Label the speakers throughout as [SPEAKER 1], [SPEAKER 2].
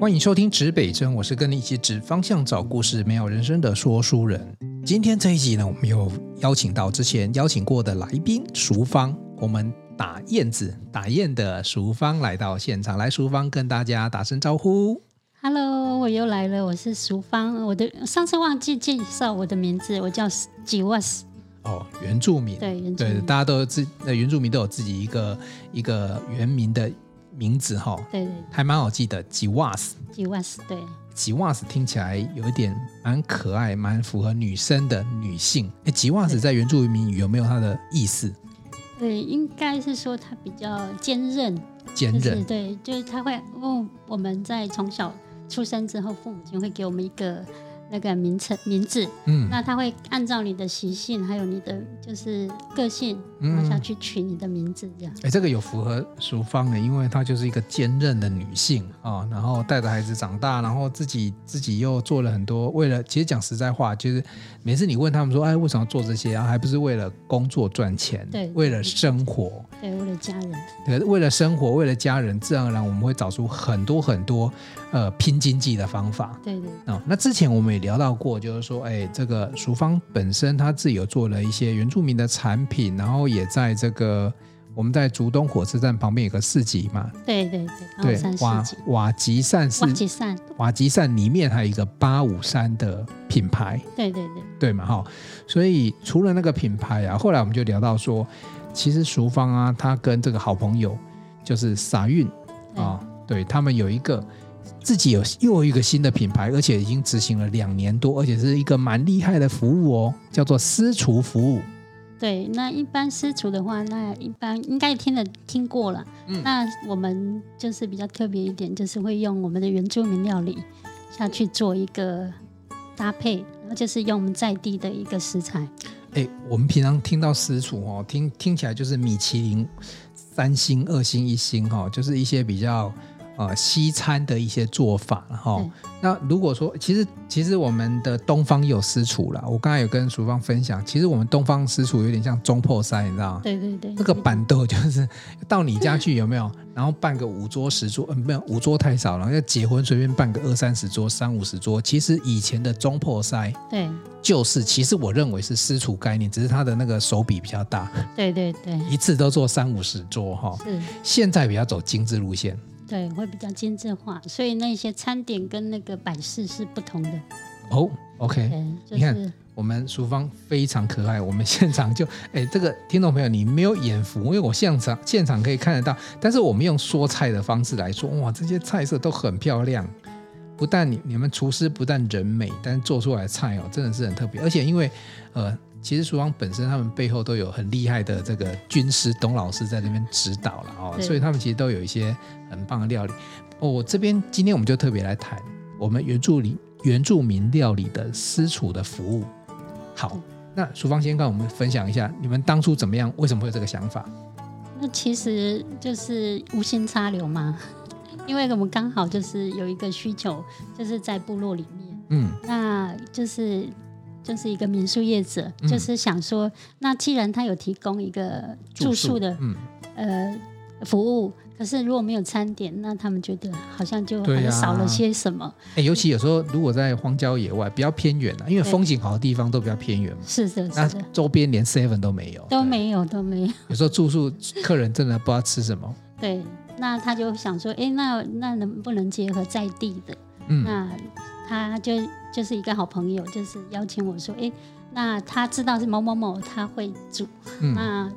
[SPEAKER 1] 欢迎收听指北针，我是跟你一起指方向、找故事、美好人生的说书人。今天这一集呢，我们又邀请到之前邀请过的来宾淑芳，我们打燕子打燕的淑芳来到现场，来淑芳跟大家打声招呼。
[SPEAKER 2] Hello，我又来了，我是淑芳。我的上次忘记介绍我的名字，我叫 Jiwas。
[SPEAKER 1] 哦，原住民，
[SPEAKER 2] 对原住
[SPEAKER 1] 对，
[SPEAKER 2] 民
[SPEAKER 1] 大家都有自呃原住民都有自己一个一个原名的名字哈、
[SPEAKER 2] 对对
[SPEAKER 1] 还蛮好记的。吉瓦斯，
[SPEAKER 2] ，Jiwas。对，
[SPEAKER 1] 吉瓦斯听起来有一点蛮可爱，蛮符合女生的女性。哎，吉瓦斯在原住民语有没有它的意思？
[SPEAKER 2] 对，应该是说它比较坚韧，
[SPEAKER 1] 坚
[SPEAKER 2] 就
[SPEAKER 1] 韧
[SPEAKER 2] 是，对，就是它会，因为我们在从小出生之后，父母亲会给我们一个那个名称名字，
[SPEAKER 1] 嗯
[SPEAKER 2] 那他会按照你的习性，还有你的就是个性，
[SPEAKER 1] 嗯
[SPEAKER 2] 然后下去取你的名字这样。
[SPEAKER 1] 哎，这个有符合淑芳的，因为她就是一个坚韧的女性啊、然后带着孩子长大，然后自己自己又做了很多，为了其实讲实在话，就是每次你问他们说，哎，为什么要做这些啊？还不是为了工作赚钱，
[SPEAKER 2] 对
[SPEAKER 1] 为了生活，
[SPEAKER 2] 对，为了家人，
[SPEAKER 1] 对，为了生活，为了家人，自然而然我们会找出很多很多呃拼经济的方法。
[SPEAKER 2] 对对
[SPEAKER 1] 哦，那之前我们也聊到过，就是说，哎，这个淑芳本身她自己有做了一些原住民的产品，然后也在这个我们在竹东火车站旁边有个市集嘛，
[SPEAKER 2] 对对对，然后
[SPEAKER 1] 对
[SPEAKER 2] 三，
[SPEAKER 1] 瓦
[SPEAKER 2] 十几，
[SPEAKER 1] 瓦吉善市
[SPEAKER 2] 瓦吉善，
[SPEAKER 1] 瓦吉善里面还有一个八五三的品牌，
[SPEAKER 2] 对对对。
[SPEAKER 1] 对嘛哈、所以除了那个品牌啊，后来我们就聊到说，其实淑芳啊，她跟这个好朋友就是傻运
[SPEAKER 2] 对
[SPEAKER 1] 啊、对他们有一个自己有又有一个新的品牌，而且已经执行了两年多，而且是一个蛮厉害的服务哦，叫做私厨服务。
[SPEAKER 2] 对，那一般私厨的话，那一般应该听了听过了。
[SPEAKER 1] 嗯
[SPEAKER 2] 那我们就是比较特别一点，就是会用我们的原住民料理下去做一个搭配，然后就是用我们在地的一个食材。
[SPEAKER 1] 哎，我们平常听到私厨哦，听听起来就是米其林三星、二星、一星哈、哦，就是一些比较呃西餐的一些做法哈、哦
[SPEAKER 2] 对。
[SPEAKER 1] 那如果说，其实其实我们的东方也有私厨啦，我刚才有跟淑芳分享，其实我们东方私厨有点像中破塞，你知道吗？
[SPEAKER 2] 对对对，
[SPEAKER 1] 那个板豆就是 到你家去有没有？然后办个五桌十桌，嗯、没有五桌太少了，要结婚随便办个二三十桌、三五十桌。其实以前的中破塞
[SPEAKER 2] 对
[SPEAKER 1] 就是，其实我认为是私厨概念，只是它的那个手笔比较大，
[SPEAKER 2] 对对对，
[SPEAKER 1] 一次都做三五十桌哈、
[SPEAKER 2] 是，
[SPEAKER 1] 现在比较走精致路线，
[SPEAKER 2] 对，会比较精致化，所以那些餐点跟那个摆饰是不同的。
[SPEAKER 1] 哦，OK。
[SPEAKER 2] 对，就
[SPEAKER 1] 你看
[SPEAKER 2] 是
[SPEAKER 1] 我们淑芳非常可爱，我们现场就 哎，这个听众朋友你没有眼福，因为我现场现场可以看得到，但是我们用说菜的方式来说，哇，这些菜色都很漂亮。不但你你们厨师不但人美，但是做出来的菜哦，真的是很特别。而且因为呃，其实淑芳本身他们背后都有很厉害的这个军师董老师在那边指导了哦，
[SPEAKER 2] 对
[SPEAKER 1] 所以他们其实都有一些很棒的料理。哦，我这边今天我们就特别来谈我们原住民原住民料理的私厨的服务。
[SPEAKER 2] 嗯
[SPEAKER 1] 好，那淑芳先跟我们分享一下，你们当初怎么样，为什么会有这个想法？
[SPEAKER 2] 那其实就是无心插柳嘛， 因为我们刚好就是有一个需求，就是在部落里面，
[SPEAKER 1] 嗯
[SPEAKER 2] 那就是就是一个民宿业者，
[SPEAKER 1] 嗯
[SPEAKER 2] 就是想说，那既然他有提供一个住宿的
[SPEAKER 1] 嗯，
[SPEAKER 2] 呃服务，可是如果没有餐点，那他们觉得好像就好
[SPEAKER 1] 对啊
[SPEAKER 2] 像少了些什么，
[SPEAKER 1] 哎，尤其有时候如果在荒郊野外，比较偏远啊，因为
[SPEAKER 2] 对
[SPEAKER 1] 风景好的地方都比较偏远嘛，
[SPEAKER 2] 嗯是的，
[SPEAKER 1] 那
[SPEAKER 2] 是的，
[SPEAKER 1] 周边连 seven 都没有，
[SPEAKER 2] 都
[SPEAKER 1] 对。
[SPEAKER 2] 没有，都没有。
[SPEAKER 1] 有时候住宿客人真的不知道吃什么，
[SPEAKER 2] 对，那他就想说，哎，那那能不能结合在地的？
[SPEAKER 1] 嗯
[SPEAKER 2] 那他就就是一个好朋友，就是邀请我说，诶，那他知道是某某某，他会煮，
[SPEAKER 1] 嗯，
[SPEAKER 2] 那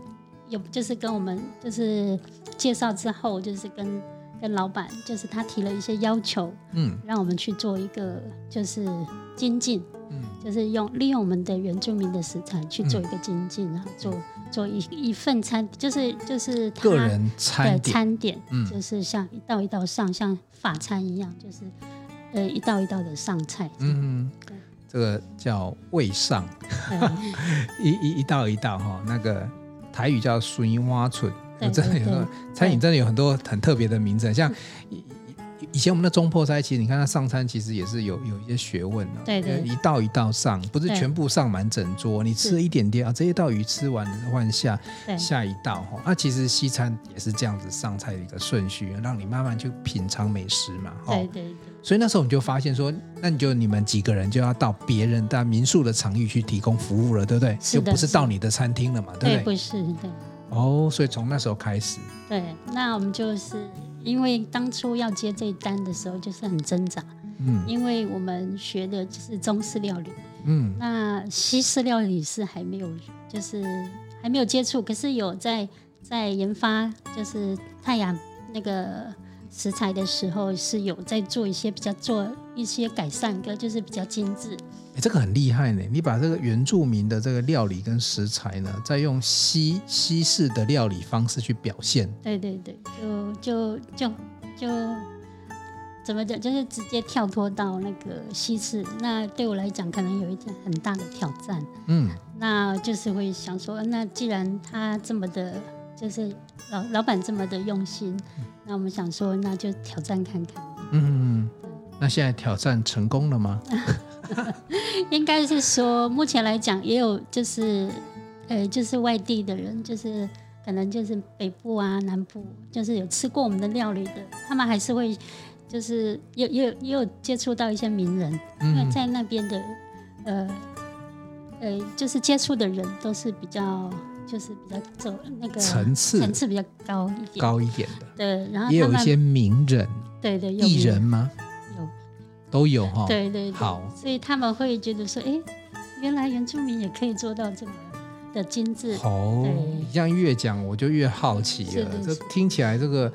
[SPEAKER 2] 有就是跟我们就是介绍之后，就是跟跟老板，就是他提了一些要求，
[SPEAKER 1] 嗯
[SPEAKER 2] 让我们去做一个就是精进，
[SPEAKER 1] 嗯，
[SPEAKER 2] 就是用利用我们的原住民的食材去做一个精进，然后做做一一份餐，就是就是他
[SPEAKER 1] 个人餐
[SPEAKER 2] 的
[SPEAKER 1] 点，
[SPEAKER 2] 餐点，
[SPEAKER 1] 嗯
[SPEAKER 2] 就是像一道一道上，像法餐一样，就是呃一道一道的上菜，
[SPEAKER 1] 嗯，这个叫味上，
[SPEAKER 2] 对
[SPEAKER 1] 一一一道一道哈、那个台语叫“水蛙笋”，
[SPEAKER 2] 对
[SPEAKER 1] 真的有
[SPEAKER 2] 对嗯
[SPEAKER 1] 那个餐饮真的有很多很特别的名字，像以前我们的中破菜，其实你看它上餐其实也是有有一些学问的、
[SPEAKER 2] 对对
[SPEAKER 1] 呃一道一道上，不是
[SPEAKER 2] 对
[SPEAKER 1] 全部上满整桌，你吃
[SPEAKER 2] 是
[SPEAKER 1] 一点点啊，这一道鱼吃完了换下
[SPEAKER 2] 对
[SPEAKER 1] 下一道哈。那、其实西餐也是这样子上菜的一个顺序，让你慢慢去品尝美食嘛哦哈。
[SPEAKER 2] 对对对，
[SPEAKER 1] 所以那时候你就发现说，那你就你们几个人就要到别人的民宿的场域去提供服务了，对不对？
[SPEAKER 2] 是
[SPEAKER 1] 就
[SPEAKER 2] 的
[SPEAKER 1] 不是到你的餐厅了嘛，对
[SPEAKER 2] 对
[SPEAKER 1] 不对？
[SPEAKER 2] 不是对
[SPEAKER 1] 哦，所以从那时候开始，
[SPEAKER 2] 对，那我们就是因为当初要接这一单的时候，就是很挣扎，
[SPEAKER 1] 嗯
[SPEAKER 2] 因为我们学的就是中式料理，
[SPEAKER 1] 嗯
[SPEAKER 2] 那西式料理是还没有，就是还没有接触，可是有在在研发，就是太阳那个食材的时候，是有在做一些比较做一些改善，跟就是比较精致。
[SPEAKER 1] 诶这个很厉害呢。你把这个原住民的这个料理跟食材呢，再用西西式的料理方式去表现，
[SPEAKER 2] 对对对，就就就就怎么讲，就是直接跳脱到那个西式，那对我来讲可能有一点很大的挑战。
[SPEAKER 1] 嗯，
[SPEAKER 2] 那就是会想说，呃那既然他这么的，就是老老板这么的用心，那我们想说，那就挑战看看。
[SPEAKER 1] 嗯，那现在挑战成功了吗？
[SPEAKER 2] 应该是说，目前来讲也有就是，呃，就是外地的人，就是可能就是北部啊、南部，就是有吃过我们的料理的，他们还是会就是也也有也有接触到一些名人，因为
[SPEAKER 1] 嗯
[SPEAKER 2] 在那边的呃呃，就是接触的人都是比较就是比较走那个
[SPEAKER 1] 层次
[SPEAKER 2] 层次比较高一点，
[SPEAKER 1] 高一点的，
[SPEAKER 2] 对，然后
[SPEAKER 1] 也
[SPEAKER 2] 他
[SPEAKER 1] 有一
[SPEAKER 2] 们
[SPEAKER 1] 些名人、
[SPEAKER 2] 对对有
[SPEAKER 1] 艺
[SPEAKER 2] 名
[SPEAKER 1] 人吗？
[SPEAKER 2] 有
[SPEAKER 1] 都有哈、
[SPEAKER 2] 对对对
[SPEAKER 1] 好
[SPEAKER 2] 所以他们会觉得说，哎，原来原住民也可以做到这么的精致，
[SPEAKER 1] 哦，
[SPEAKER 2] 对
[SPEAKER 1] 你这样越讲我就越好奇了。
[SPEAKER 2] 是
[SPEAKER 1] 这
[SPEAKER 2] 是是
[SPEAKER 1] 听起来这个，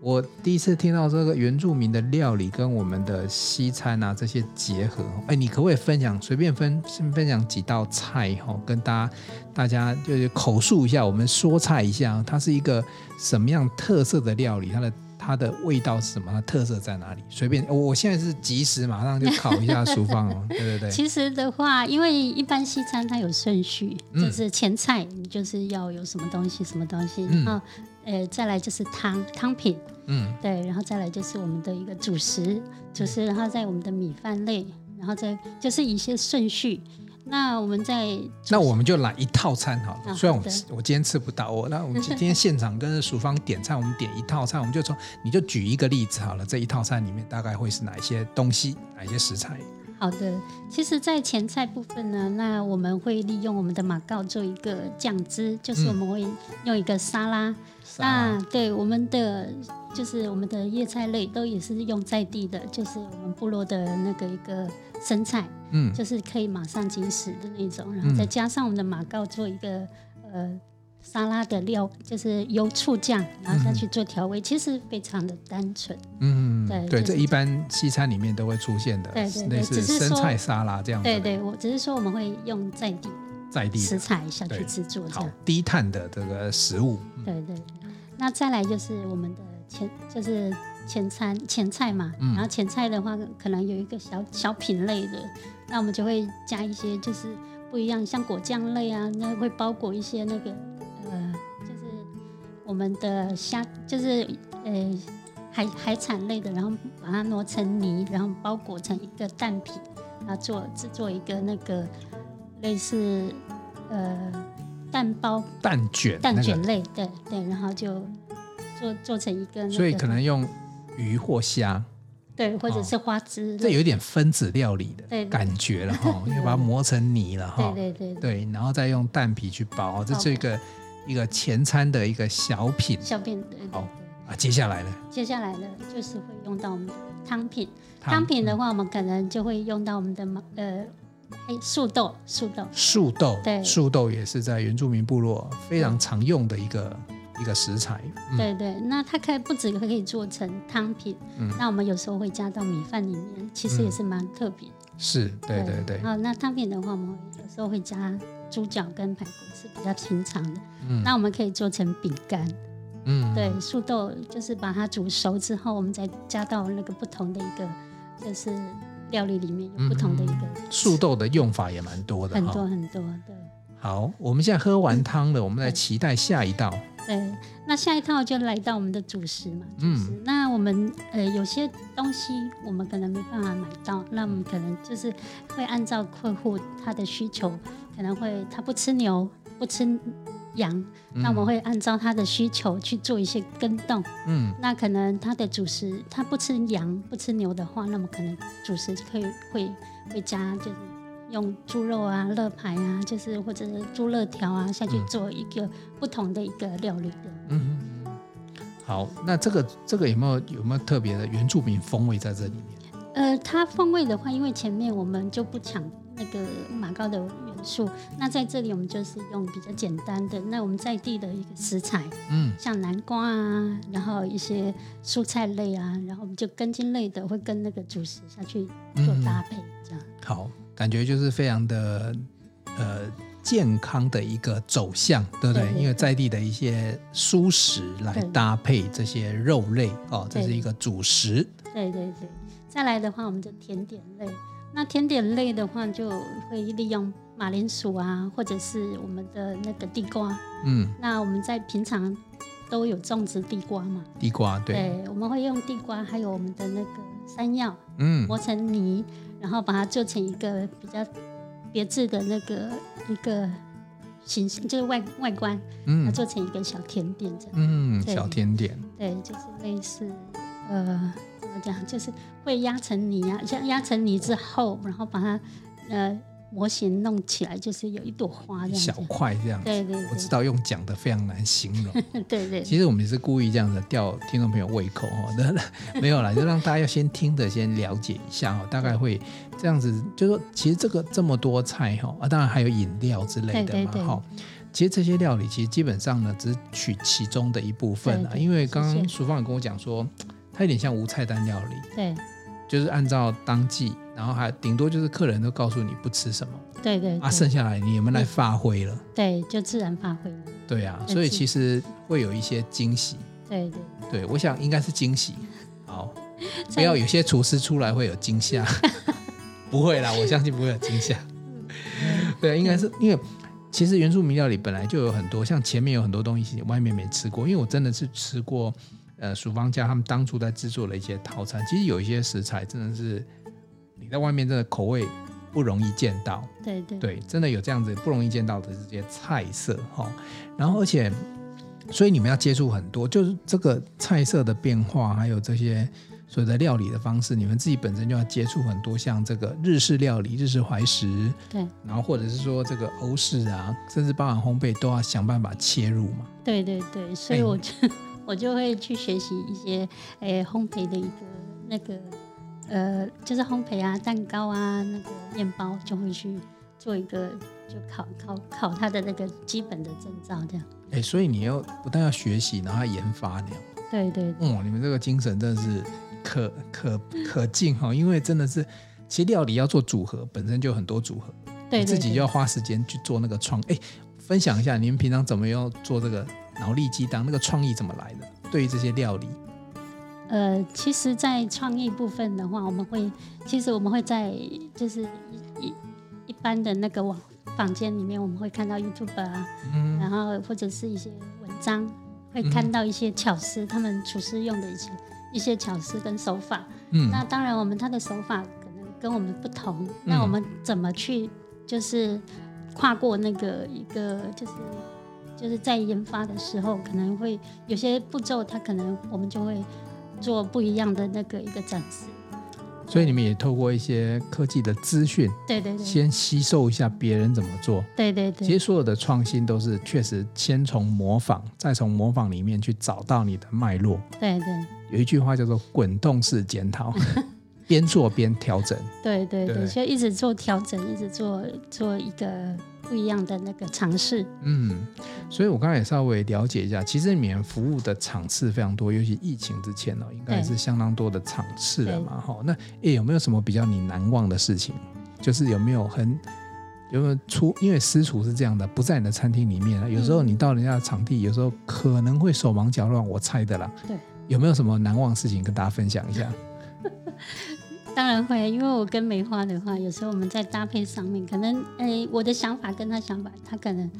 [SPEAKER 1] 我第一次听到这个原住民的料理跟我们的西餐啊这些结合哦。哎，你可不可以分享随便分先分享几道菜哈、哦，跟大家大家就是口述一下，我们说菜一下，它是一个什么样特色的料理，它的。它的味道是什么？它特色在哪里？随便，哦我我现在是即时马上就考一下厨房哦。对对 对，
[SPEAKER 2] 其实的话，因为一般西餐它有顺序，
[SPEAKER 1] 嗯
[SPEAKER 2] 就是前菜，你就是要有什么东西，什么东西，
[SPEAKER 1] 嗯
[SPEAKER 2] 然后呃，再来就是汤汤品，
[SPEAKER 1] 嗯
[SPEAKER 2] 对，然后再来就是我们的一个主食，主食，然后在我们的米饭类，然后再就是一些顺序。那我们在
[SPEAKER 1] 那我们就来一套餐好了，
[SPEAKER 2] 啊
[SPEAKER 1] 虽然我
[SPEAKER 2] 好的
[SPEAKER 1] 吃我今天吃不到，我那我们今天现场跟淑芳点菜，我们点一套餐，我们就从你就举一个例子好了，这一套餐里面大概会是哪一些东西，哪一些食材？
[SPEAKER 2] 好的，其实，在前菜部分呢，那我们会利用我们的马告做一个酱汁，就是我们会用一个沙拉。
[SPEAKER 1] 嗯沙
[SPEAKER 2] 那
[SPEAKER 1] 拉
[SPEAKER 2] 对我们的就是我们的叶菜类都也是用在地的，就是我们部落的那个一个生菜，
[SPEAKER 1] 嗯
[SPEAKER 2] 就是可以马上即食的那种，然后再加上我们的马告做一个呃沙拉的料，就是油醋酱，然后下去做调味，其实非常的单纯。
[SPEAKER 1] 嗯，
[SPEAKER 2] 对
[SPEAKER 1] 对，
[SPEAKER 2] 就是
[SPEAKER 1] 这一般西餐里面都会出现的
[SPEAKER 2] 对对，对
[SPEAKER 1] 类似
[SPEAKER 2] 只是说
[SPEAKER 1] 生菜沙拉这样
[SPEAKER 2] 对
[SPEAKER 1] 子的
[SPEAKER 2] 对，我只是说我们会用在地
[SPEAKER 1] 在地
[SPEAKER 2] 食
[SPEAKER 1] 的
[SPEAKER 2] 材下
[SPEAKER 1] 对
[SPEAKER 2] 去制作这
[SPEAKER 1] 好
[SPEAKER 2] 样。
[SPEAKER 1] 低碳的这个食物，嗯
[SPEAKER 2] 对对，那再来就是我们的前就是前餐前菜嘛，
[SPEAKER 1] 嗯
[SPEAKER 2] 然后前菜的话可能有一个小小品类的，那我们就会加一些就是不一样，像果酱类啊，那会包裹一些那个呃，就是我们的虾，就是呃海海产类的，然后把它挪成泥，然后包裹成一个蛋皮，然后做制作一个那个类似呃蛋包
[SPEAKER 1] 蛋卷那
[SPEAKER 2] 蛋
[SPEAKER 1] 个
[SPEAKER 2] 卷，类，对对，然后就做做成一个、那个，
[SPEAKER 1] 所以可能用鱼或虾，
[SPEAKER 2] 对，或者是花枝
[SPEAKER 1] 这
[SPEAKER 2] 类，
[SPEAKER 1] 有一点分子料理的
[SPEAKER 2] 对对
[SPEAKER 1] 感觉了 哈，要把它磨成泥了哈。
[SPEAKER 2] 对对对，
[SPEAKER 1] 对，然后再用蛋皮去包，这
[SPEAKER 2] 好
[SPEAKER 1] 是一个一个前餐的一个小品
[SPEAKER 2] 小便对对
[SPEAKER 1] 好
[SPEAKER 2] 对。
[SPEAKER 1] 啊。接下来呢，
[SPEAKER 2] 接下来呢，就是会用到我们的汤品，
[SPEAKER 1] 汤嗯
[SPEAKER 2] 汤品的话，我们可能就会用到我们的马呃黑树豆，树豆，
[SPEAKER 1] 树豆，
[SPEAKER 2] 对
[SPEAKER 1] 树豆也是在原住民部落非常常用的一个一个食材。嗯
[SPEAKER 2] 对对，那它可以不止可以做成汤品，
[SPEAKER 1] 嗯
[SPEAKER 2] 那我们有时候会加到米饭里面，其实也是蛮特别的。
[SPEAKER 1] 是，对对对，
[SPEAKER 2] 好，哦那汤品的话，我们有时候会加猪脚跟排骨，是比较平常的。
[SPEAKER 1] 嗯
[SPEAKER 2] 那我们可以做成饼干。
[SPEAKER 1] 嗯，
[SPEAKER 2] 对，素豆就是把它煮熟之后，我们再加到那个不同的一个就是
[SPEAKER 1] 嗯
[SPEAKER 2] 料理里面，有不同的一个
[SPEAKER 1] 树豆的用法也蛮多的
[SPEAKER 2] 很嗯
[SPEAKER 1] 哈。
[SPEAKER 2] 多很多，对，
[SPEAKER 1] 好，我们现在喝完汤了，我们来期待下一道。
[SPEAKER 2] 对，那下一套就来到我们的主食嘛，主食。
[SPEAKER 1] 嗯
[SPEAKER 2] 那我们呃有些东西我们可能没办法买到，那我
[SPEAKER 1] 嗯
[SPEAKER 2] 们可能就是会按照客户他的需求，可能会他不吃牛，不吃羊，那我们会按照他的需求去做一些跟动。
[SPEAKER 1] 嗯
[SPEAKER 2] 那可能他的主食他不吃羊不吃牛的话，那么可能主食可以会会加就是用猪肉啊、肋排啊，就是或者是猪肋条啊下去
[SPEAKER 1] 嗯
[SPEAKER 2] 做一个不同的一个料理的。
[SPEAKER 1] 嗯嗯嗯。好，那这个这个有没有有没有特别的原住民风味在这里面？
[SPEAKER 2] 呃，它风味的话，因为前面我们就不抢那个马膏的元素，那在这里我们就是用比较简单的，那我们在地的一个食材，
[SPEAKER 1] 嗯
[SPEAKER 2] 像南瓜啊，然后一些蔬菜类啊，然后我们就根茎类的会跟那个主食下去做
[SPEAKER 1] 嗯
[SPEAKER 2] 搭配，这样。
[SPEAKER 1] 好，感觉就是非常的呃健康的一个走向，对不对？
[SPEAKER 2] 对对
[SPEAKER 1] 因为在地的一些蔬食来
[SPEAKER 2] 对
[SPEAKER 1] 搭配这些肉类哦，这
[SPEAKER 2] 对
[SPEAKER 1] 是一个主食。
[SPEAKER 2] 对对对，再来的话，我们就甜点类。那甜点类的话，就会利用马铃薯啊，或者是我们的那个地瓜。
[SPEAKER 1] 嗯，
[SPEAKER 2] 那我们在平常都有种植地瓜嘛，
[SPEAKER 1] 地瓜对，
[SPEAKER 2] 我们会用地瓜，还有我们的那个山药
[SPEAKER 1] 嗯
[SPEAKER 2] 磨成泥，然后把它做成一个比较别致的那个一个形，就是外外观，把它
[SPEAKER 1] 嗯
[SPEAKER 2] 做成一个小甜点这样。
[SPEAKER 1] 嗯，
[SPEAKER 2] 对
[SPEAKER 1] 小甜点。
[SPEAKER 2] 对，就是类似呃，怎么讲，就是会压成泥啊，像压成泥之后，然后把它呃模型弄起来，就是有一朵花这
[SPEAKER 1] 一
[SPEAKER 2] 样子
[SPEAKER 1] 小。块这样子。
[SPEAKER 2] 对对
[SPEAKER 1] 我知
[SPEAKER 2] 对，
[SPEAKER 1] 道用讲的非常难形容，
[SPEAKER 2] 对对
[SPEAKER 1] 其实我们也是故意这样的吊听众朋友胃口哦，那没有啦，就让大家要先听的先了解一下哦，大概会这样子，就说其实这个这么多菜哈、哦，啊，当然还有饮料之类的
[SPEAKER 2] 对
[SPEAKER 1] 嘛
[SPEAKER 2] 对对
[SPEAKER 1] 哈、其实这些料理其实基本上呢，只取其中的一部分啊，
[SPEAKER 2] 对对
[SPEAKER 1] 因为刚
[SPEAKER 2] 谢
[SPEAKER 1] 刚
[SPEAKER 2] 谢
[SPEAKER 1] 淑芳也跟我讲说，它有点像无菜单料理，
[SPEAKER 2] 对
[SPEAKER 1] 就是按照当季，然后还顶多就是客人都告诉你不吃什么，
[SPEAKER 2] 对对
[SPEAKER 1] 啊，
[SPEAKER 2] 对，
[SPEAKER 1] 剩下来你有没有来发挥了？
[SPEAKER 2] 对就自然发挥了。
[SPEAKER 1] 对啊，
[SPEAKER 2] 对
[SPEAKER 1] 所以
[SPEAKER 2] 自
[SPEAKER 1] 其实会有一些惊喜。
[SPEAKER 2] 对对，
[SPEAKER 1] 对，我想应该是惊喜。好，不
[SPEAKER 2] 在
[SPEAKER 1] 要有些厨师出来会有惊吓，不会啦，我相信不会有惊吓。对，应该是因为其实原住民料理本来就有很多，像前面有很多东西外面没吃过，因为我真的是吃过，呃，蜀方家他们当初在制作的一些套餐，其实有一些食材真的是你在外面真的口味不容易见到。
[SPEAKER 2] 对对
[SPEAKER 1] 对，真的有这样子不容易见到的这些菜色哈、然后而且，所以你们要接触很多，就是这个菜色的变化，还有这些所有的料理的方式，你们自己本身就要接触很多，像这个日式料理、日式怀石，
[SPEAKER 2] 对
[SPEAKER 1] 然后或者是说这个欧式啊，甚至包含烘焙，都要想办法切入嘛。
[SPEAKER 2] 对对对，所以
[SPEAKER 1] 哎
[SPEAKER 2] 我就我就会去学习一些诶烘焙的一个那个呃，就是烘焙啊、蛋糕啊、那个面包，就会去做一个就考考考它的那个基本的证照，这样。
[SPEAKER 1] 哎，所以你要不但要学习，然后还研发呢。
[SPEAKER 2] 对对
[SPEAKER 1] 哦，你们这个精神真的是可可可敬哈、因为真的是，其实料理要做组合，本身就有很多组合。
[SPEAKER 2] 对对，
[SPEAKER 1] 你自己
[SPEAKER 2] 对
[SPEAKER 1] 就要花时间去做那个创。哎，分享一下你们平常怎么样做这个脑力激荡，那个创意怎么来的？对于这些料理，
[SPEAKER 2] 呃，其实，在创意部分的话，我们会其实我们会在就是一一一般的那个网房间里面，我们会看到 YouTube 啊，
[SPEAKER 1] 嗯，
[SPEAKER 2] 然后或者是一些文章，会看到一些巧思，他们厨师用的一些一些巧思跟手法。
[SPEAKER 1] 嗯
[SPEAKER 2] 那当然，我们他的手法可能跟我们不同，那我们怎么去就是跨过那个一个就是。就是在研发的时候，可能会有些步骤，它可能我们就会做不一样的那个一个展示。
[SPEAKER 1] 所以你们也透过一些科技的资讯，
[SPEAKER 2] 对对对，
[SPEAKER 1] 先吸收一下别人怎么做。
[SPEAKER 2] 对对
[SPEAKER 1] 其
[SPEAKER 2] 对，
[SPEAKER 1] 实所有的创新都是确实先从模仿，再从模仿里面去找到你的脉络。
[SPEAKER 2] 对对
[SPEAKER 1] 有一句话叫做“滚动式检 讨”，边做边调整。
[SPEAKER 2] 对对
[SPEAKER 1] 对
[SPEAKER 2] 对，所以一直做调整，一直做做一个不一样的那个尝试。
[SPEAKER 1] 嗯，所以我刚才也稍微了解一下，其实你们服务的场次非常多，尤其疫情之前哦，应该也是相当多的场次了嘛。哈，那诶有没有什么比较你难忘的事情？就是有没有很有没有出？因为私厨是这样的，不在你的餐厅里面啊，有时候你到人家的场地，有时候可能会手忙脚乱，我猜的啦。
[SPEAKER 2] 对，
[SPEAKER 1] 有没有什么难忘的事情跟大家分享一下？
[SPEAKER 2] 当然会，因为我跟梅花的话，有时候我们在搭配上面，可能呃我的想法跟他想法，他可能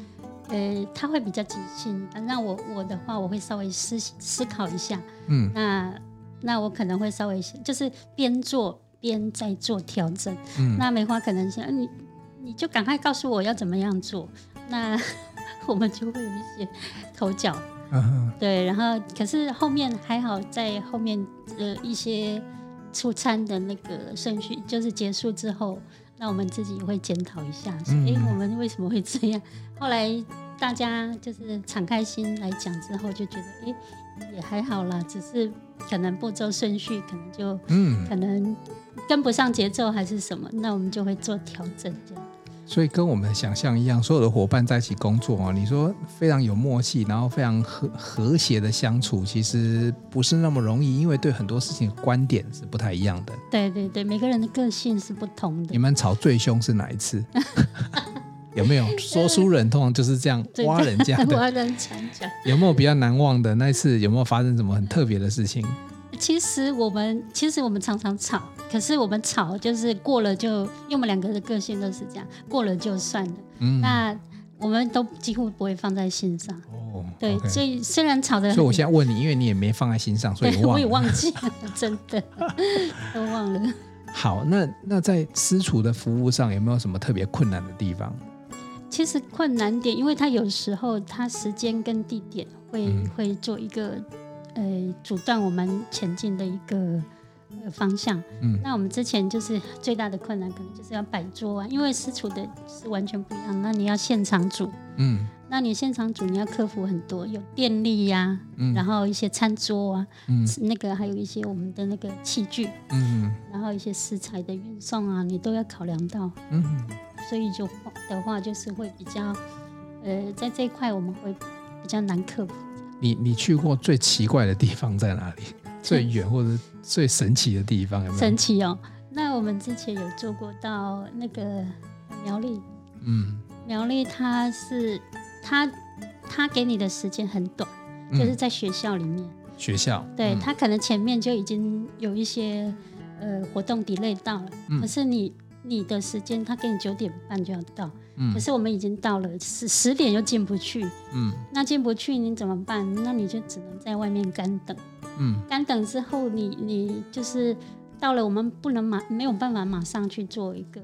[SPEAKER 2] 呃他会比较即兴，那我我的话，我会稍微思思考一下，
[SPEAKER 1] 嗯
[SPEAKER 2] 那那我可能会稍微就是边做边在做调整。
[SPEAKER 1] 嗯
[SPEAKER 2] 那梅花可能想哎你你就赶快告诉我要怎么样做，那 我们就会有一些口角。
[SPEAKER 1] 嗯哼
[SPEAKER 2] 对，然后可是后面还好，在后面呃一些出餐的那个顺序，就是结束之后，那我们自己会检讨一下，说
[SPEAKER 1] 嗯
[SPEAKER 2] 诶，我们为什么会这样？后来大家就是敞开心来讲之后，就觉得诶也还好啦，只是可能步骤顺序可能就
[SPEAKER 1] 嗯，
[SPEAKER 2] 可能跟不上节奏还是什么，那我们就会做调整这样。
[SPEAKER 1] 所以跟我们的想象一样，所有的伙伴在一起工作啊，你说非常有默契，然后非常和和谐的相处，其实不是那么容易，因为对很多事情的观点是不太一样的。
[SPEAKER 2] 对对对，每个人的个性是不同
[SPEAKER 1] 你
[SPEAKER 2] 的。
[SPEAKER 1] 们吵最凶是哪一 次？有没有说书人通常就是这样
[SPEAKER 2] 对
[SPEAKER 1] 挖人家
[SPEAKER 2] 我
[SPEAKER 1] 的？
[SPEAKER 2] 要跟你讲讲。
[SPEAKER 1] 有没有比较难忘的那一次？有没有发生什么很特别的事情？
[SPEAKER 2] 其实我们其实我们常常吵，可是我们吵就是过了就，因为我们两个的个性都是这样，过了就算了。
[SPEAKER 1] 嗯，
[SPEAKER 2] 那我们都几乎不会放在心上。
[SPEAKER 1] 哦，
[SPEAKER 2] 对
[SPEAKER 1] OK
[SPEAKER 2] 所以虽然吵得很，
[SPEAKER 1] 所以我现在问你，因为你也没放在心上，所以
[SPEAKER 2] 对
[SPEAKER 1] 忘
[SPEAKER 2] 我也
[SPEAKER 1] 了。
[SPEAKER 2] 忘记了，真的 都忘了。
[SPEAKER 1] 好，那那在私厨的服务上有没有什么特别困难的地方？
[SPEAKER 2] 其实困难点，因为他有时候他时间跟地点会、
[SPEAKER 1] 嗯
[SPEAKER 2] 会做一个呃阻断我们前进的一个呃方向。
[SPEAKER 1] 嗯
[SPEAKER 2] 那我们之前就是最大的困难，可能就是要摆桌啊，因为私厨的是完全不一样。那你要现场煮，
[SPEAKER 1] 嗯
[SPEAKER 2] 那你现场煮你要克服很多，有电力呀、
[SPEAKER 1] 嗯
[SPEAKER 2] 然后一些餐桌啊，
[SPEAKER 1] 嗯
[SPEAKER 2] 那个还有一些我们的那个器具，
[SPEAKER 1] 嗯
[SPEAKER 2] 然后一些食材的运送啊，你都要考量到。
[SPEAKER 1] 嗯，
[SPEAKER 2] 所以就的话就是会比较，呃，在这一块我们会比较难克服。
[SPEAKER 1] 你你去过最奇怪的地方在哪 里？最远或者最神奇的地方有没有？
[SPEAKER 2] 神奇哦！那我们之前有做过到那个苗栗，
[SPEAKER 1] 嗯，
[SPEAKER 2] 苗栗它是它它给你的时间很短，
[SPEAKER 1] 嗯
[SPEAKER 2] 就是在学校里面，
[SPEAKER 1] 学校。
[SPEAKER 2] 对
[SPEAKER 1] 嗯
[SPEAKER 2] 它可能前面就已经有一些呃活动 delay 到了，
[SPEAKER 1] 嗯
[SPEAKER 2] 可是你。你的时间，它给你九点半就要到，
[SPEAKER 1] 嗯
[SPEAKER 2] 可是我们已经到了十十点又进不去，
[SPEAKER 1] 嗯
[SPEAKER 2] 那进不去你怎么办？那你就只能在外面干等。
[SPEAKER 1] 嗯
[SPEAKER 2] 干等之后你，你就是到了我们不能马没有办法马上去做一个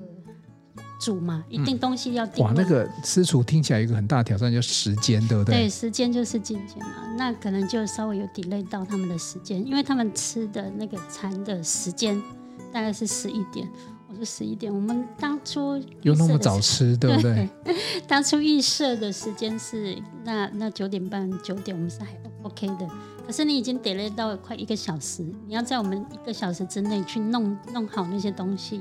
[SPEAKER 2] 煮嘛，一定东西要定
[SPEAKER 1] 嗯哇
[SPEAKER 2] 位、，
[SPEAKER 1] 那个私厨听起来有一个很大的挑战，就是时间，对不
[SPEAKER 2] 对
[SPEAKER 1] 对？
[SPEAKER 2] 时间就是金钱嘛，那可能就稍微有 delay 到他们的时间，因为他们吃的那个餐的时间大概是十一点。我说十一点，我们当初
[SPEAKER 1] 又那么
[SPEAKER 2] 预设的
[SPEAKER 1] 早吃，对不对？
[SPEAKER 2] 时， 当初预设的时间是那那九点半九点，我们是还 OK 的。可是你已经 delay 到快一个小时，你要在我们一个小时之内去弄弄好那些东西，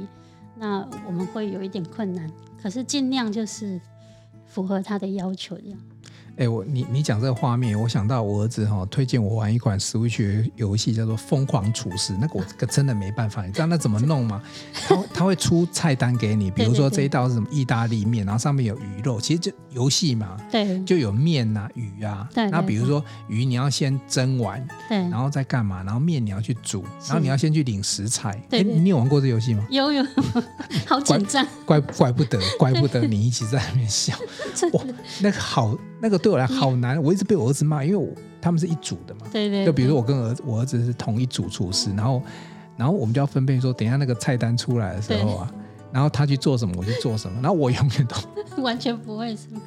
[SPEAKER 2] 那我们会有一点困难。可是尽量就是符合他的要求这样。
[SPEAKER 1] 哎，我你你讲这个画面，我想到我儿子哈、推荐我玩一款 Switch 游戏，叫做《疯狂厨师》，那个我
[SPEAKER 2] 啊
[SPEAKER 1] 可真的没办法，你知道那怎么弄吗？ 他会他会出菜单给你，比如说
[SPEAKER 2] 对对对
[SPEAKER 1] 这一道是什么意大利面，然后上面有鱼肉，其实就游戏嘛，
[SPEAKER 2] 对
[SPEAKER 1] 就有面呐、鱼啊，
[SPEAKER 2] 对对嗯
[SPEAKER 1] 那比如说鱼你要先蒸完，
[SPEAKER 2] 对
[SPEAKER 1] 然，后再干嘛？然后面你要去煮，然后你要先去领食材。哎，
[SPEAKER 2] 对对
[SPEAKER 1] 你有玩过这游戏吗？
[SPEAKER 2] 有有， 好紧张，
[SPEAKER 1] 怪怪不 得，怪不得你一直在那边笑。哇，那个好，那个对我来好难，我一直被我儿子骂，因为我他们是一组的嘛。
[SPEAKER 2] 对对，嗯
[SPEAKER 1] 就比如说我跟儿子，我儿子是同一组厨师，然后然后我们就要分辨说，等一下那个菜单出来的时候啊，然后他去做什么，我去做什么，然后我永远都
[SPEAKER 2] 对完全不会是吗？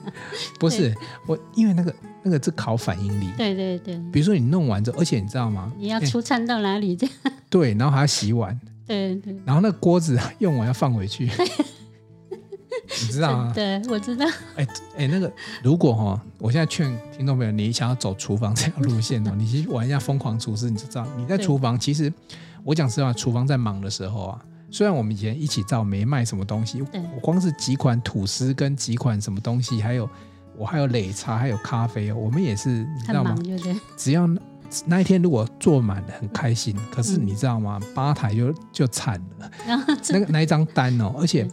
[SPEAKER 1] 不是我，因为那个那个是考反应力。
[SPEAKER 2] 对对对，
[SPEAKER 1] 比如说你弄完之后，而且你知道吗？
[SPEAKER 2] 你要
[SPEAKER 1] 哎
[SPEAKER 2] 出餐到哪里这样？
[SPEAKER 1] 对，然后还要洗碗，
[SPEAKER 2] 对对。
[SPEAKER 1] 然后那个锅子 用完要放回 去，你知道吗？
[SPEAKER 2] 对，我知道，
[SPEAKER 1] 哎哎，那个如果哈、哦，我现在劝听众朋友，你想要走厨房这条路线 哦，你去玩一下疯狂厨师，你就知道你在
[SPEAKER 2] 对
[SPEAKER 1] 厨房，其实我讲实话，厨房在忙的时候啊，虽然我们以前一起造没卖什么东西，
[SPEAKER 2] 对
[SPEAKER 1] 我光是几款吐司跟几款什么东西，还有我还有擂茶，还有咖啡哦，我们也是你知
[SPEAKER 2] 很
[SPEAKER 1] 道吗
[SPEAKER 2] 忙，？对不对？
[SPEAKER 1] 只要那那一天如果坐满了，很开心，可是
[SPEAKER 2] 嗯
[SPEAKER 1] 你知道吗？吧台就就惨 了，
[SPEAKER 2] 然后
[SPEAKER 1] 那个那一张单
[SPEAKER 2] 嗯
[SPEAKER 1] 哦，而且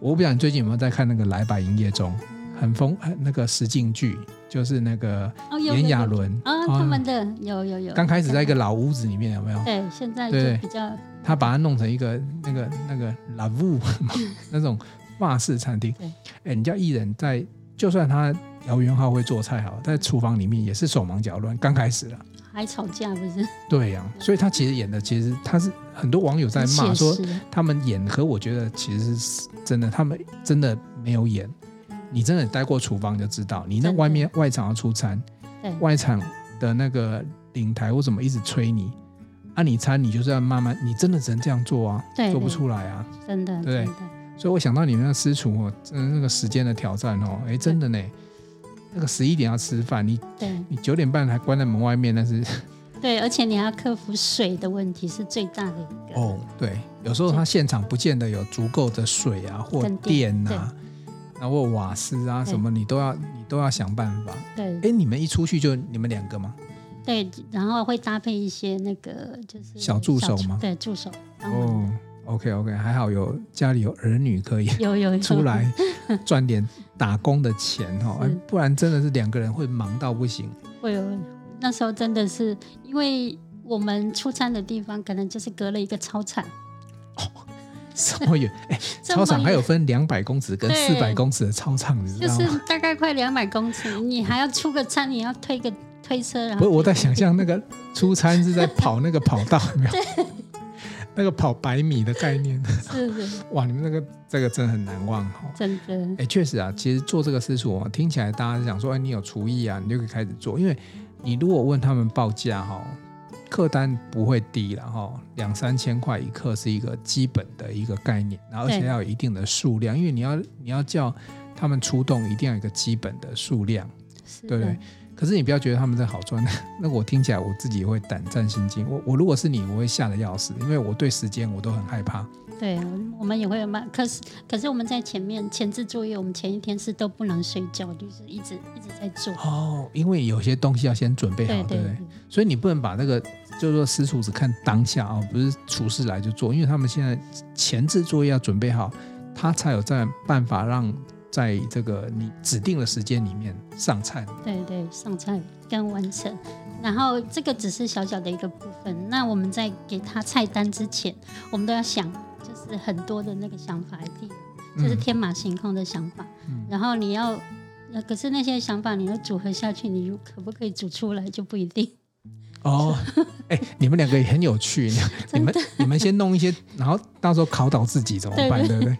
[SPEAKER 1] 我不知道你最近有没有在看那个《来吧营业中》，很疯，呃那个实境剧，就是那个
[SPEAKER 2] 哦，有
[SPEAKER 1] 炎亚
[SPEAKER 2] 有有
[SPEAKER 1] 纶
[SPEAKER 2] 啊，他们的有有有，
[SPEAKER 1] 哦刚开始在一个老屋子里面，有没有？
[SPEAKER 2] 对，现在
[SPEAKER 1] 对
[SPEAKER 2] 就比较
[SPEAKER 1] 他把它弄成一个那个那个 l a v 那种法式餐厅
[SPEAKER 2] 对。
[SPEAKER 1] 哎，人家艺人在，就算他姚元浩会做菜好，在厨房里面也是手忙脚乱，刚开始啦。
[SPEAKER 2] 还吵架不是？
[SPEAKER 1] 对呀、所以他其实演的，其实他是很多网友在骂说
[SPEAKER 2] 很写实
[SPEAKER 1] 他们演，可我觉得其实是真的，他们真的没有演。你真的待过厨房就知道，你那
[SPEAKER 2] 真的
[SPEAKER 1] 外面外场要出餐，
[SPEAKER 2] 对
[SPEAKER 1] 外场的那个领台或什么一直催你，啊，你餐你就是要慢慢，你真的只能这样做啊，
[SPEAKER 2] 对
[SPEAKER 1] 做不
[SPEAKER 2] 对
[SPEAKER 1] 出来啊。
[SPEAKER 2] 真的
[SPEAKER 1] 对
[SPEAKER 2] 真的
[SPEAKER 1] 所以我想到你们那私厨哦，真的那个时间的挑战哦，哎，真的呢，那个十一点要吃饭，你
[SPEAKER 2] 对
[SPEAKER 1] 你九点半还关在门外面，那是
[SPEAKER 2] 对，而且你还要克服水的问题是最大的一个。
[SPEAKER 1] 哦，对，有时候他现场不见得有足够的水啊或
[SPEAKER 2] 跟
[SPEAKER 1] 电
[SPEAKER 2] 电
[SPEAKER 1] 啊，然后瓦斯啊
[SPEAKER 2] 对
[SPEAKER 1] 什么，你都要你都要想办法。
[SPEAKER 2] 对
[SPEAKER 1] 哎，你们一出去就你们两个吗？
[SPEAKER 2] 对，然后会搭配一些那个就是
[SPEAKER 1] 小助手吗
[SPEAKER 2] 对助手。帮忙
[SPEAKER 1] 哦，OK OK，还好有家里有儿女可以
[SPEAKER 2] 有有有
[SPEAKER 1] 出来赚点打工的钱哦，哎
[SPEAKER 2] 是
[SPEAKER 1] 不然真的是两个人会忙到不行。
[SPEAKER 2] 会有，那时候真的是因为我们出餐的地方可能就是隔了一个操场，
[SPEAKER 1] 什么远？哎，
[SPEAKER 2] 这
[SPEAKER 1] 操场
[SPEAKER 2] 么
[SPEAKER 1] 还有
[SPEAKER 2] 远
[SPEAKER 1] 分两百公尺跟四百
[SPEAKER 2] 对
[SPEAKER 1] 公尺的操场，你知
[SPEAKER 2] 就
[SPEAKER 1] 道
[SPEAKER 2] 是
[SPEAKER 1] 吗？
[SPEAKER 2] 大概快两百公尺，你还要出个餐，你要推个推车，然
[SPEAKER 1] 不是
[SPEAKER 2] 后
[SPEAKER 1] 我在想象那个出餐是在跑那个跑道，有没有？那个跑百米的概念，
[SPEAKER 2] 是的，
[SPEAKER 1] 哇！你们那个这个真的很难忘哦。
[SPEAKER 2] 真的
[SPEAKER 1] 哎，确实啊，其实做这个私厨哦，听起来大家想说，哎，你有厨艺啊，你就可以开始做。因为你如果问他们报价哈、客单不会低了哈、两三千块一克是一个基本的一个概念，然后而且
[SPEAKER 2] 对
[SPEAKER 1] 要有一定的数量，因为你要你要叫他们出动，一定要有一个基本的数量，
[SPEAKER 2] 是
[SPEAKER 1] 对不对
[SPEAKER 2] 的，？
[SPEAKER 1] 可是你不要觉得他们在好赚， 那我听起来我自己也会胆战心惊。我我如果是你，我会吓得要死，因为我对时间我都很害怕。
[SPEAKER 2] 对，我们也会慢，可是可是我们在前面前置作业，我们前一天是都不能睡觉，就是一直一直在做，
[SPEAKER 1] 哦，因为有些东西要先准备好，对啊
[SPEAKER 2] 对
[SPEAKER 1] 不对
[SPEAKER 2] 对？
[SPEAKER 1] 所以你不能把那个就是说私厨只看当下啊、不是厨师来就做，因为他们现在前置作业要准备好，他才有在办法让在这个你指定的时间里面上菜。
[SPEAKER 2] 对对，上菜跟完成。然后这个只是小小的一个部分。那我们在给他菜单之前，我们都要想，就是很多的那个想法 idea，就是
[SPEAKER 1] 嗯
[SPEAKER 2] 天马行空的想法。
[SPEAKER 1] 嗯
[SPEAKER 2] 然后你要，呃可是那些想法你要组合下去，你可不可以煮出来就不一定。
[SPEAKER 1] 哦，哎、你们两个也很有趣， 你们你们先弄一些，然后到时候考倒自己怎么办，对
[SPEAKER 2] 对
[SPEAKER 1] 不对？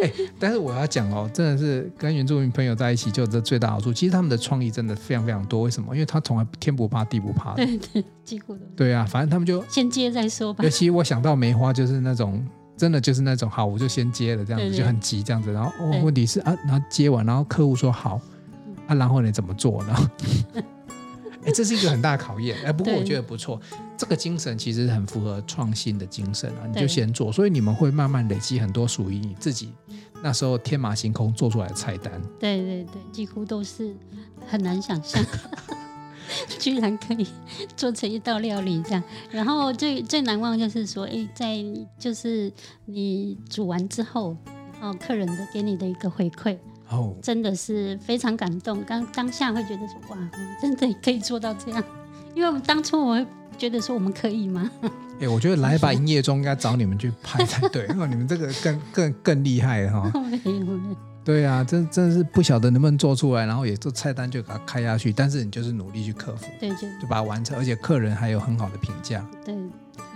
[SPEAKER 1] 哎、但是我要讲哦，真的是跟原住民朋友在一起，就有这最大好处。其实他们的创意真的非常非常多，为什么？因为他从来天不怕地不怕的。
[SPEAKER 2] 对对，几乎都是
[SPEAKER 1] 对啊，反正他们就
[SPEAKER 2] 先接再说 吧
[SPEAKER 1] 尤。其我想到梅花，就是那种真的就是那种好，我就先接了这样子，
[SPEAKER 2] 对对
[SPEAKER 1] 就很急这样子。然后哦
[SPEAKER 2] 对，
[SPEAKER 1] 问题是啊，然后接完，然后客户说好
[SPEAKER 2] 嗯
[SPEAKER 1] 啊，然后你怎么做呢？ 哎、这是一个很大的考验。哎、不过
[SPEAKER 2] 对
[SPEAKER 1] 我觉得不错，这个精神其实很符合创新的精神啊。你就
[SPEAKER 2] 对
[SPEAKER 1] 先做，所以你们会慢慢累积很多属于你自己那时候天马行空做出来的菜单。
[SPEAKER 2] 对对对，几乎都是很难想象， 居然可以做成一道料理这样。然后最最难忘就是说，哎，在你就是你煮完之后，然后客人的给你的一个回馈，
[SPEAKER 1] 哦，
[SPEAKER 2] 真的是非常感动。刚当下会觉得说，哇，我们真的可以做到这样，因为我们当初我会觉得说，我们可以吗？
[SPEAKER 1] 哎、我觉得来吧营业中应该找你们去拍才对， 因为你们这个更更更厉害哈、
[SPEAKER 2] 没有，没有
[SPEAKER 1] 对啊，真真的是不晓得能不能做出来，然后也做菜单就给它开下去，但是你就是努力去克服，
[SPEAKER 2] 对，就
[SPEAKER 1] 就把它完成，而且客人还有很好的评价。
[SPEAKER 2] 对，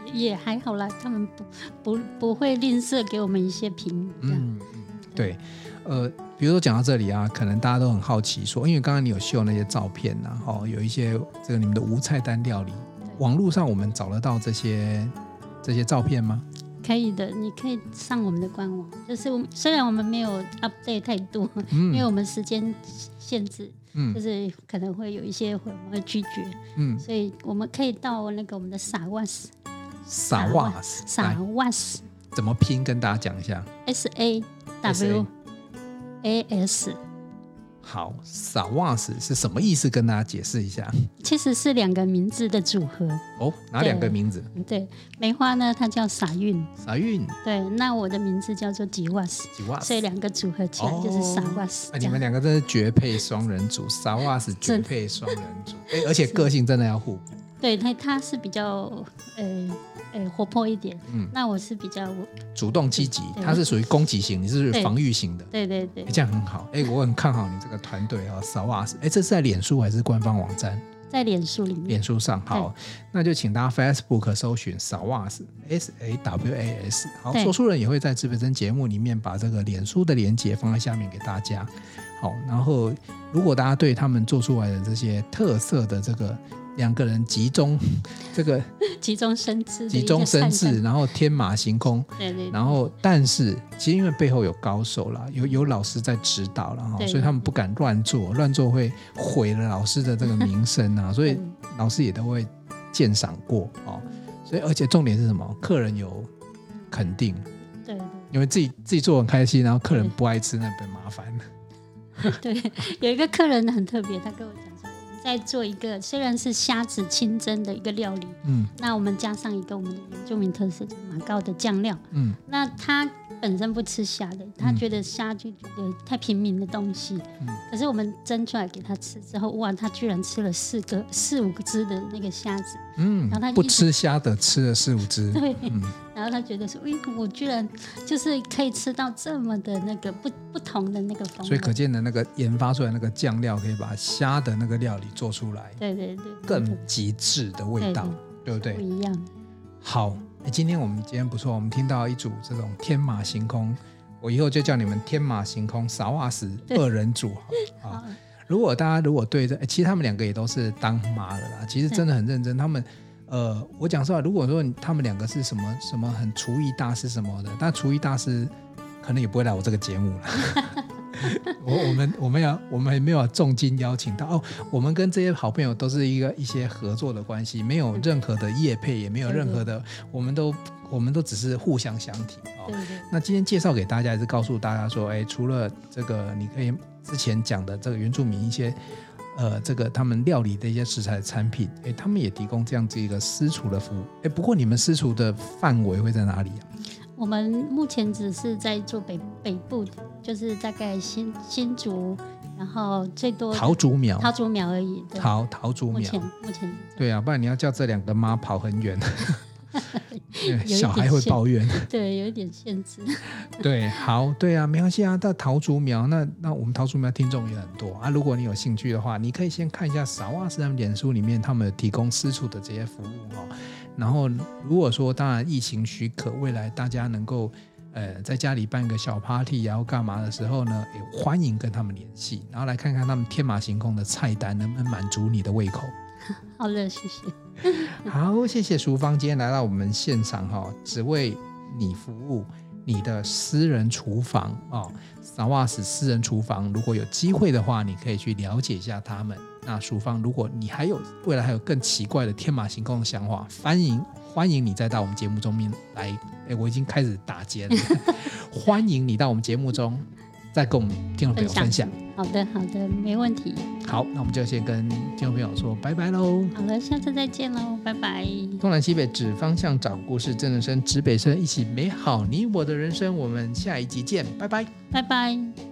[SPEAKER 2] 也也还好啦，他们不不不会吝啬给我们一些评语这样。
[SPEAKER 1] 嗯，嗯对，呃，比如说讲到这里啊，可能大家都很好奇说，因为刚刚你有秀那些照片然、啊、后、有一些这个你们的无菜单料理，网络上我们找得到这些这些照片吗？
[SPEAKER 2] 可以的，你可以上我们的官网。就是我们虽然我们没有 update 太多，因为
[SPEAKER 1] 嗯
[SPEAKER 2] 我们时间限制，就
[SPEAKER 1] 嗯
[SPEAKER 2] 是可能会有一些会我们会拒绝，
[SPEAKER 1] 嗯，
[SPEAKER 2] 所以我们可以到那个我们的萨瓦斯，
[SPEAKER 1] 萨瓦斯，
[SPEAKER 2] 萨
[SPEAKER 1] 来
[SPEAKER 2] 瓦斯
[SPEAKER 1] 怎么
[SPEAKER 2] 哦
[SPEAKER 1] 拼？跟大家讲一下。
[SPEAKER 2] S A W A S
[SPEAKER 1] 好，萨瓦斯是什么意思？跟大家解释一下
[SPEAKER 2] 其实是两个名字的组合。
[SPEAKER 1] 哦。哪两个
[SPEAKER 2] 对
[SPEAKER 1] 名字？
[SPEAKER 2] 对，梅花呢，它叫傻运，
[SPEAKER 1] 傻运
[SPEAKER 2] 对，那我的名字叫做吉瓦斯，
[SPEAKER 1] 吉瓦斯
[SPEAKER 2] 所以。两个组合起来就是傻瓦斯
[SPEAKER 1] 啊、
[SPEAKER 2] 这
[SPEAKER 1] 你
[SPEAKER 2] 样。
[SPEAKER 1] 们两个真是绝配双人组，萨瓦斯绝
[SPEAKER 2] 真
[SPEAKER 1] 配双人组，哎、而且个性真的要互补。
[SPEAKER 2] 对他，他是比较呃呃活泼一点，
[SPEAKER 1] 嗯
[SPEAKER 2] 那我是比较
[SPEAKER 1] 主动积极，
[SPEAKER 2] 对
[SPEAKER 1] 他是属于攻击型，你是属于
[SPEAKER 2] 对
[SPEAKER 1] 防御型的，
[SPEAKER 2] 对对对
[SPEAKER 1] 哎，这样很好。哎，我很看好你这个团队哦，萨瓦斯。哎，这是在脸书还是官方网站？
[SPEAKER 2] 在脸书里面
[SPEAKER 1] 脸书上好，那就请大家 Facebook 搜寻萨瓦斯 S A W A S。好，
[SPEAKER 2] 对
[SPEAKER 1] 说书人也会在资本生节目里面把这个脸书的连接放在下面给大家。好，然后如果大家对他们做出来的这些特色的这个两个人集中 这个
[SPEAKER 2] 集中生智，
[SPEAKER 1] 集中生智，，然后天马行空，
[SPEAKER 2] 对对对
[SPEAKER 1] 然后，但是其实因为背后有高手啦，有有老师在指导了哈，
[SPEAKER 2] 对
[SPEAKER 1] 所以他们不敢乱做，乱做会毁了老师的这个名声 啊，所以
[SPEAKER 2] 嗯
[SPEAKER 1] 老师也都会鉴赏过哦。所以而且重点是什么？客人有肯定，
[SPEAKER 2] 对
[SPEAKER 1] 因为自己自己做很开心，然后客人不爱吃，那本麻烦了。
[SPEAKER 2] 对对，有一个客人很特别，他跟我讲说，我们在做一个虽然是虾子清蒸的一个料理，
[SPEAKER 1] 嗯
[SPEAKER 2] 那我们加上一个我们的原住民特色就是马告的酱料，
[SPEAKER 1] 嗯
[SPEAKER 2] 那他本身不吃虾的，他觉得虾就觉得太平民的东西。
[SPEAKER 1] 嗯
[SPEAKER 2] 可是我们蒸出来给他吃之后，哇，他居然吃了四个、四五只的那个虾子，然后他
[SPEAKER 1] 嗯，
[SPEAKER 2] 一
[SPEAKER 1] 不吃虾的吃了四五只，
[SPEAKER 2] 对。
[SPEAKER 1] 嗯
[SPEAKER 2] 然后他觉得说，哎，我居然就是可以吃到这么的那个不不同的那个风
[SPEAKER 1] 所以
[SPEAKER 2] 味。
[SPEAKER 1] 可见的那个研发出来那个酱料，可以把虾的那个料理做出来
[SPEAKER 2] 对对对，
[SPEAKER 1] 更极致的味道，对不对
[SPEAKER 2] 不？一样。
[SPEAKER 1] 好，那今天我们今天不错，我们听到一组这种天马行空，我以后就叫你们天马行空萨瓦斯二人组好了啊。如果大家如果对这，诶其实他们两个也都是当妈的啦，其实真的很认真。他们，呃，我讲实话，如果说你他们两个是什么什么很厨艺大师什么的，但厨艺大师可能也不会来我这个节目了。我我们我们要我们也没有重金邀请到哦，我们跟这些好朋友都是一个一些合作的关系，没有任何的业配，也没有任何的，我们都我们都只是互相相挺哦。
[SPEAKER 2] 对对
[SPEAKER 1] 那今天介绍给大家也是告诉大家说，哎，除了这个你可以之前讲的这个原住民一些，呃，这个他们料理的一些食材的产品，哎，他们也提供这样子一个私厨的服务。哎，不过你们私厨的范围会在哪里啊？
[SPEAKER 2] 我们目前只是在做北北部的，就是大概新新竹，然后最多
[SPEAKER 1] 桃竹苗，
[SPEAKER 2] 桃竹苗而已。对，
[SPEAKER 1] 桃桃竹
[SPEAKER 2] 目
[SPEAKER 1] 苗
[SPEAKER 2] 前，目前是这样
[SPEAKER 1] 对啊，不然你要叫这两个妈跑很 远， 因为
[SPEAKER 2] 点
[SPEAKER 1] 小孩会
[SPEAKER 2] 限
[SPEAKER 1] 抱怨。
[SPEAKER 2] 对，有一点限制。
[SPEAKER 1] 对，好，对啊，没关系啊。那桃竹苗，那那我们桃竹苗听众也很多啊。如果你有兴趣的话，你可以先看一下萨瓦斯他们脸书里面他们有提供私处的这些服务哦。然后，如果说当然疫情许可，未来大家能够呃在家里办个小 party，然后干嘛的时候呢，也欢迎跟他们联系，然后来看看他们天马行空的菜单能不能满足你的胃口。
[SPEAKER 2] 好了，谢谢。
[SPEAKER 1] 好，谢谢淑芳今天来到我们现场哈、哦，只为你服务，你的私人厨房哦，萨瓦斯私人厨房，如果有机会的话，你可以去了解一下他们。那淑芳，如果你还有未来还有更奇怪的天马行空的想法，欢迎欢迎你再到我们节目中面来。哎，我已经开始打结 了，欢迎你到我们节目中再跟我们听众朋友分享。
[SPEAKER 2] 好的，好的，没问题。
[SPEAKER 1] 好，那我们就先跟听众朋友说拜拜喽。
[SPEAKER 2] 好了，下次再见喽，拜拜。
[SPEAKER 1] 东南西北指方向，找故事，真人生指北生，一起美好你我的人生。我们下一集见，拜拜。
[SPEAKER 2] 拜拜。